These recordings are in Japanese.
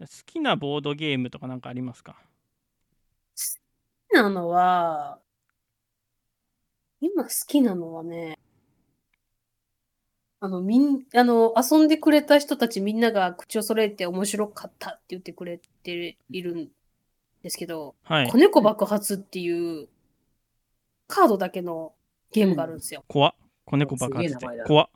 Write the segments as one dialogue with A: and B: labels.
A: 好きなボードゲームとかなんかありますか
B: 好きなのは、今好きなのはね、あの、みん、あの、遊んでくれた人たちみんなが口を揃えて面白かったって言ってくれているんですけど、
A: はい
B: 子。猫爆発っていうカードだけのゲームがあるんですよ。
A: 怖っ。子猫爆発っ
C: す
A: て
C: げえ名前だ。
A: 怖っ。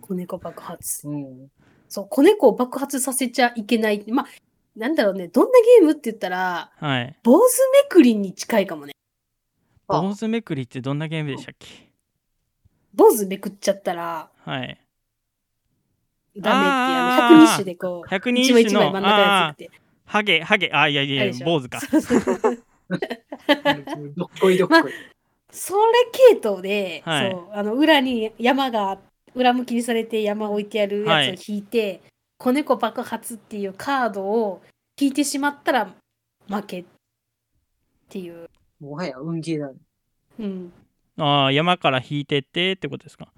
B: 子猫爆発。
C: うん。
B: そう、子猫を爆発させちゃいけない。まあ、なんだろうね、どんなゲームって言ったら、
A: はい。
B: 坊主めくりに近いかもね。
C: あ
A: 坊主めくりってどんなゲームでしたっけ
B: 坊主めくっちゃったら
A: はい。
B: ダメって
A: あ
B: いう、
A: ー
B: ね、102種でこう、
A: 百人
B: 一
A: 一
B: 枚
A: 首
B: 一
A: の
B: 枚真ん中のやつって。
A: あーハゲ、ハゲ、あ、いやい
B: あ
A: や
B: れ
A: い
B: でし
A: や、
B: ょ
A: 坊主か。
B: そうそうそう
C: どっこいどっこ い。
B: それ系統 で、
A: はい
B: そうあの裏に山が裏向きにされて山置いてあるやつを引いて、子猫爆発っていうカードを引いてしまったら負けっていう、
C: もはや運ゲーだね。
B: うん、
A: ああ、山から引いてってってことですか。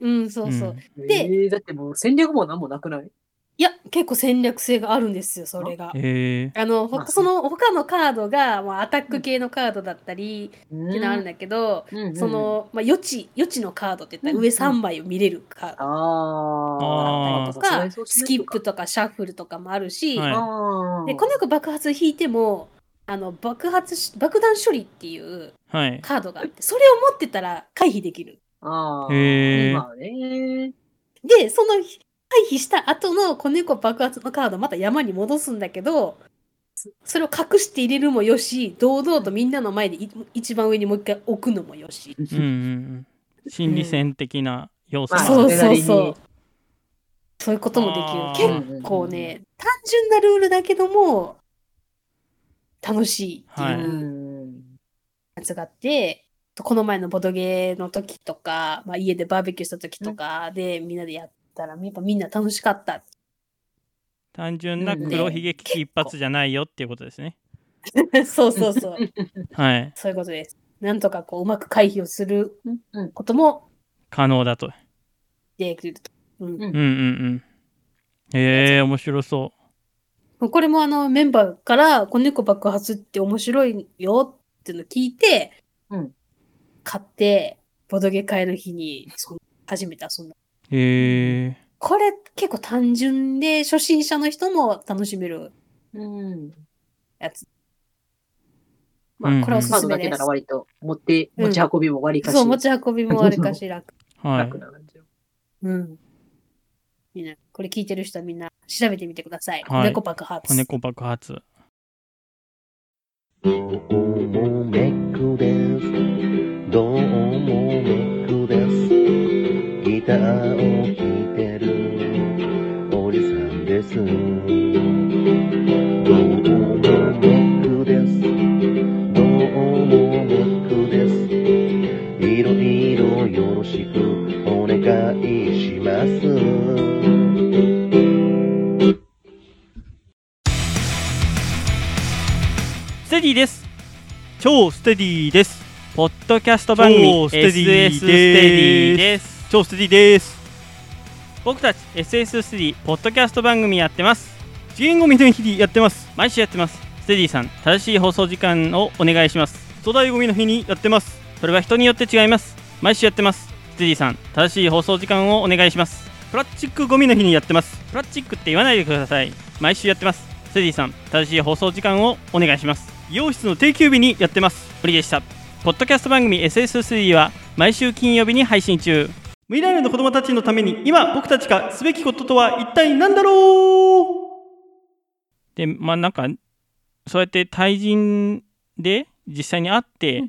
B: うん、そうそう、
A: ん
B: で
C: えーだってもう戦略もなんもなくない
B: いや結構戦略性があるんですよそれが。
A: へえ。
B: あの
C: ま
B: ほ
C: あ
B: その他のカードが、まあ、アタック系のカードだったり
C: う
B: っていうのがあるんだけど、
C: うんうん
B: そ、の、まあ、余地余地のカードって言ったら
C: うん
B: 上3枚を見れるカード
C: あ
A: あー
C: あ、
B: とか、スキップとかシャッフルとかもあるし、
A: はい
C: あー
B: で子猫爆発引いてもあの爆発し爆弾処理っていう
A: はい。
B: カードがあってそれを持ってたら回避できる。
C: ああ、
A: へー
C: まあね。
B: でその回避した後の子猫爆発のカードまた山に戻すんだけどそれを隠して入れるもよし堂々とみんなの前でい一番上にもう一回置くのもよし。
A: うんうんうん。心理戦的な要素
C: まあ
B: そう
C: それな
B: そう
C: りに
B: そう。そういうこともで
A: あ
B: き
A: ー
B: る。結構ね、単純なルールだけども、楽しいって
A: はいいう
C: うん。
B: やつがあって、この前のボドゲの時とか、まあ、家でバーベキューした時とかで、みんなでやったら、やっぱみんな楽しかった。
A: 単純な黒ひげ危機一発じゃないよっていうことですね。
B: そうそうそう。
A: はい。
B: そういうことです。なんとかこう、うまく回避をする
C: うんうん
B: ことも
A: 可能だと。
B: できると。うん
A: うんうんうん。へえ、面白そ
B: これもあのメンバーから子猫爆発って面白いよっていうのを聞いて、
C: うん
B: 買って、ボドゲ会の日にその初めて遊ん
A: う。
B: だ。
A: へえ。
B: これ結構単純で初心者の人も楽しめる
C: うん。
B: やつ。
C: ま
A: うん
C: あ、
B: これおす
C: カー
B: す
C: ド
B: め
C: だけ
B: で
C: な
B: す
C: ら。割と持って、持ち運びも割りかし、
B: そう、持ち運びもあれかしら。
A: はい
C: 楽。な感じよ。
B: うん。みんな、これ聞いてる人はみんな調べてみてください。
A: はい
B: 子猫爆発。
A: 子猫爆発。
D: どうもメックです。どうもメックです。ギターを弾いてるおじさんです。どうもメックです。どうもメックです。いろいろよろしくお願いします。
A: ステディです。超ステディです。
E: ポッドキャスト番組 SS ステディです。
A: 超ステディです。
E: 僕たち SS3 ポッドキャスト番組やってます。
A: 次元ゴミの日にやってます。
E: 毎週やってます。ステディさん、正しい放送時間をお願いします。
A: 粗大ゴミの日にやってます。
E: それは人によって違います。毎週やってます。ステディさん、正しい放送時間をお願いします。
A: プラスチックゴミの日にやってます。
E: プラスチックって言わないでください。毎週やってます。ステディさん、正しい放送時間をお願いします。
A: 美容室の定休日にやってます。
E: 無理でした。ポッドキャスト番組 SS3 は毎週金曜日に配信中。
A: 未来の子供たちのために今僕たちがすべきこととは一体何だろう
E: でまあなんかそうやって対人で実際に会って、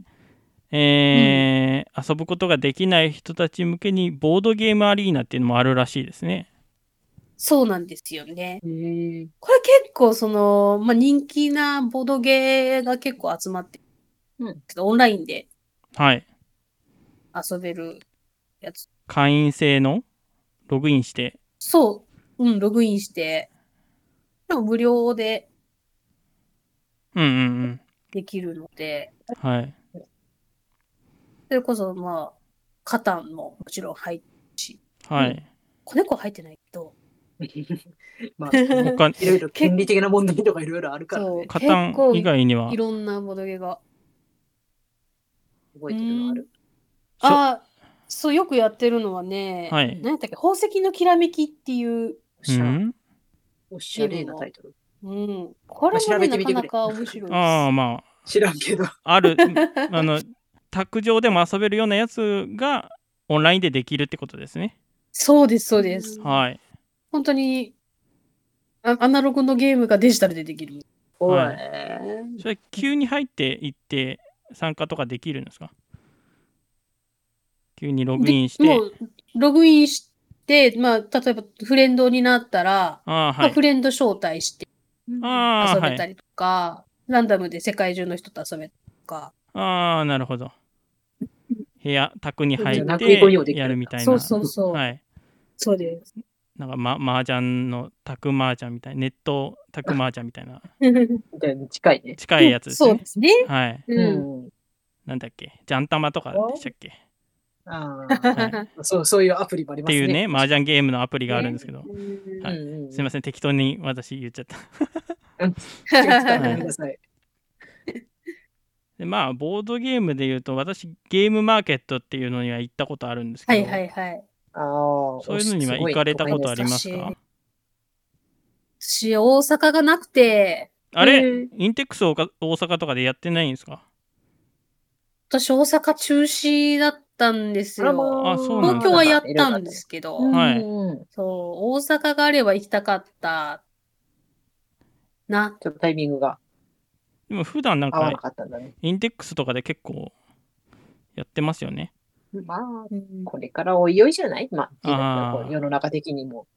E: えー遊ぶことができない人たち向けにボードゲームアリーナっていうのもあるらしいですね。
B: そうなんですよね。
C: へー
B: これ結構その、まあ、人気なボードゲーが結構集まって、
C: うん
B: オンラインで
E: はい、
B: 遊べるやつ。
E: 会員制のログインして
B: そう、うん、ログインして、でも無料で
E: うんうん
B: できるので、
E: うんはい
B: それこそまあ、カタンももちろん入ってるし、
E: はい、
B: 子猫は入ってないけど、
C: まあ、
E: 他
C: いろ いろ権利的な問題とかいろいろあるから
B: そう
C: ね。
E: カタン以外にはい
B: ろんなボドゲが。
C: 覚えてるのある。
E: そう
B: あーそう、よくやってるのはね、
E: はい
B: 何やったっけ、宝石のきらめきっていう、
E: う
C: おしゃれ
E: ん
C: おしゃれなタイトル。
B: うん、これ
C: 調
B: もね、な
C: べてみ
B: か
C: てく
B: な
C: れ
B: か面白い
E: ああ
B: で
E: ま
C: 知らんけど。
E: あある あの卓上でも遊べるようなやつがオンラインでできるってことですね
B: す。そうです、そうです。
E: はい
B: 本当にあアナログのゲームがデジタルでできる。
C: おい。
E: はそれ急に入っていって参加とかできるんですか急にログインして
B: もう、ログインして、まあ、例えばフレンドになったら、
E: ああ
B: ま
E: は
B: あ
E: い
B: フレンド招待して
E: ああ
B: 遊
E: は
B: べた
E: い
B: りとか、ランダムで世界中の人と遊べたりとか、
E: ああなるほど部屋宅に入っ
C: 泣く子にもで
E: て
C: きる
E: やるみたいな
B: そうそうそう、
E: はい
B: そうです。
E: なんか、ま、麻雀の卓麻雀みたいな、ネット卓麻雀みたいな、
C: みたいに近いね。
E: 近いやつです
B: そう
E: ね
B: で。すね。
E: はい。
B: うん
C: ん。
E: なんだっけ、ジャンタマとかでしたっけ。
C: あ
E: はい、っ
C: あ、そう、そういうアプリもありま
E: て
C: すね。
E: いうね、麻雀ゲームのアプリがあるんですけど、
B: うん
E: はい
C: うんうん。
E: すいません、適当に私言っちゃった。
C: 気がつかな
E: はい
C: いごめんなさい。
E: でまあ、ボードゲームで言うと、私、ゲームマーケットっていうのには行ったことあるんです
B: は
E: け
B: い
E: ど、
B: はいはい。
C: ああ、
E: そういうのには行かれたことあります
B: すごい
E: か
B: 私、大阪がなくて、
E: あれ、
C: うん
E: インテックス大阪とかでやってないんですか
B: 私、大阪中止だったんですよ。
E: あそうなん
B: 東
E: だ
B: 京はやったんで。すけど、
C: うん
E: はい
C: うん
B: そう、大阪があれば行きたかった。な。
C: ちょっとタイミングが
E: でも、普段なん
C: 合わな
E: か、
C: かったんだね。
E: インテックスとかで結構やってますよね。
C: まあ、これからおいおいじゃないま
E: あ
C: あ
E: ー、
C: こう世の中的にも。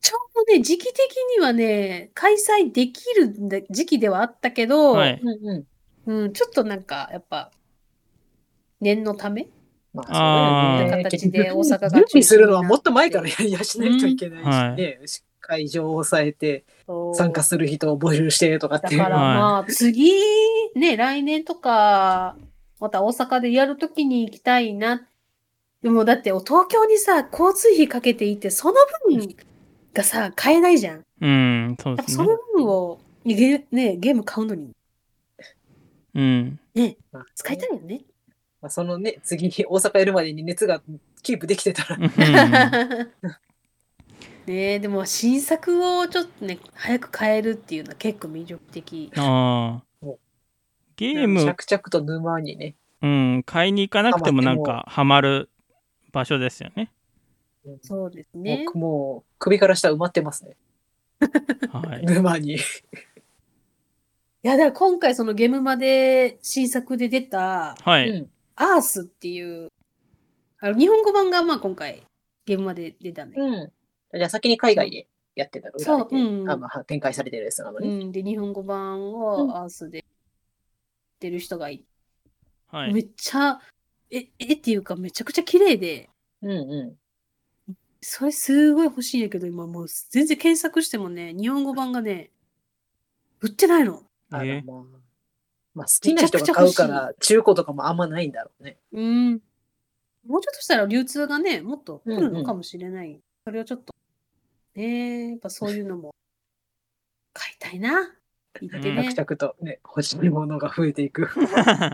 B: ちょうどね、時期的にはね、開催できるんで時期ではあったけど、
E: はい。
C: うんうん。
B: うん、ちょっとなんか、やっぱ、念のため
C: ま
E: あー
C: そうだよね
B: 形で大阪が
C: 準備するのはもっと前からややしないといけないし
E: うんはい
C: ね。会場を抑えて
B: そう
C: 参加する人を募集してとかっ
B: だ
C: て
B: か
C: いう
B: ら
E: は
B: まあ、次、ね、来年とか、また大阪でやるときに行きたいな。でもだって、東京にさ、交通費かけていて、その分がさ、買えないじゃん。
E: うん、そう
B: や
E: で
B: っぱ
E: す
B: そ
E: ね
B: の。分を、ゲね、ゲーム買うのに
E: うん。
B: 使いたいよね。
C: まあ、そのね、次に大阪やるまでに熱がキープできてたら、
B: ねえでも新作をちょっとね早く買えるっていうのは結構魅力的
E: ああ
C: お。
E: ゲーム、
C: 着々と沼にね、
E: うん、買いに行かなくてもなんかハマる場所ですよね。
B: そうですね
C: もうもう首から下埋まってますね、
E: はい。
C: 沼に。
B: いやだから今回そのゲームまで新作で出た
E: は
C: う
E: い。
C: ん
B: 「アースっていうあの日本語版がまあ今回ゲームまで出たんだけど、
C: うん。じゃあ先に海外でやってたの
B: そう
C: 裏で
B: うん
C: あまあ展開されてるやつなの
B: う
C: ね。
B: ん、で日本語版
C: うん
B: をアースで出る人がいて、
E: はい。
B: めっちゃええっていうかめちゃくちゃ綺麗で
C: うんう
B: それすごい欲しいんやけど、今もう全然検索してもね、日本語版がね、売ってないの。
C: ん。あら
E: えー
C: まあまあ、好きな人が買うから、中古とかもあんまないんだろうね。
B: うん。もうちょっとしたら流通がね、もっと来るのかもしれない。それをちょっと、ねえやっぱそういうのも買いたいな。言って
E: うん
B: ね、
C: 着々とね、欲しいものが増えていく。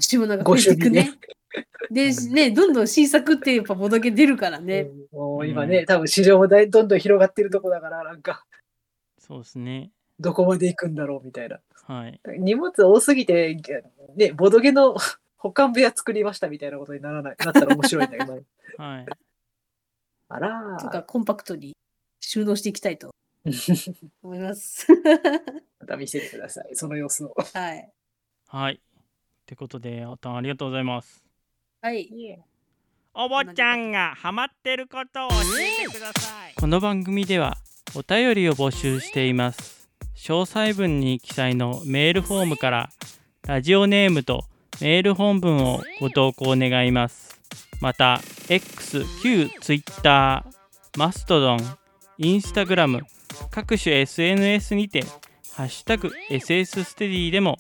B: しもなんか増えていくね。 で、ね、どんどん新作ってやっぱボドゲ出るからね。
C: うんもう今ね、多分市場もだいどんどん広がってるとこだから、なんか、
E: そうですね。
C: どこまで行くんだろうみたいな。
E: はい。
C: 荷物多すぎて、ね、ボドゲの 保管部屋作りましたみたいなことにならない、なったら面白いんだけど。
E: はい。
C: あら
B: と
C: ー
B: かコンパクトに収納していきたいと思います。
C: また見せてください、その様子を。
B: はい。
E: はい。ってことで、おたんありがとうございます。
B: はい。
E: お
B: ぼちゃん
E: がハマってることを教えてくださいこの番組ではお便りを募集しています詳細文に記載のメールフォームからラジオネームとメール本文をご投稿願いますまた X 旧 Twitter マストドンインスタグラム各種 SNS にて「ハッシュタグ #SS ステディ」でも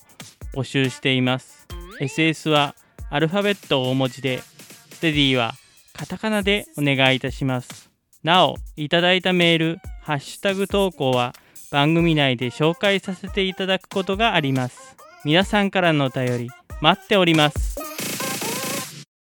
E: 募集しています SS はアルファベット大文字で「ステディはカタカナでお願いいたします。なお、いただいたメール、ハッシュタグ投稿は番組内で紹介させていただくことがあります皆さんからのお便り待っております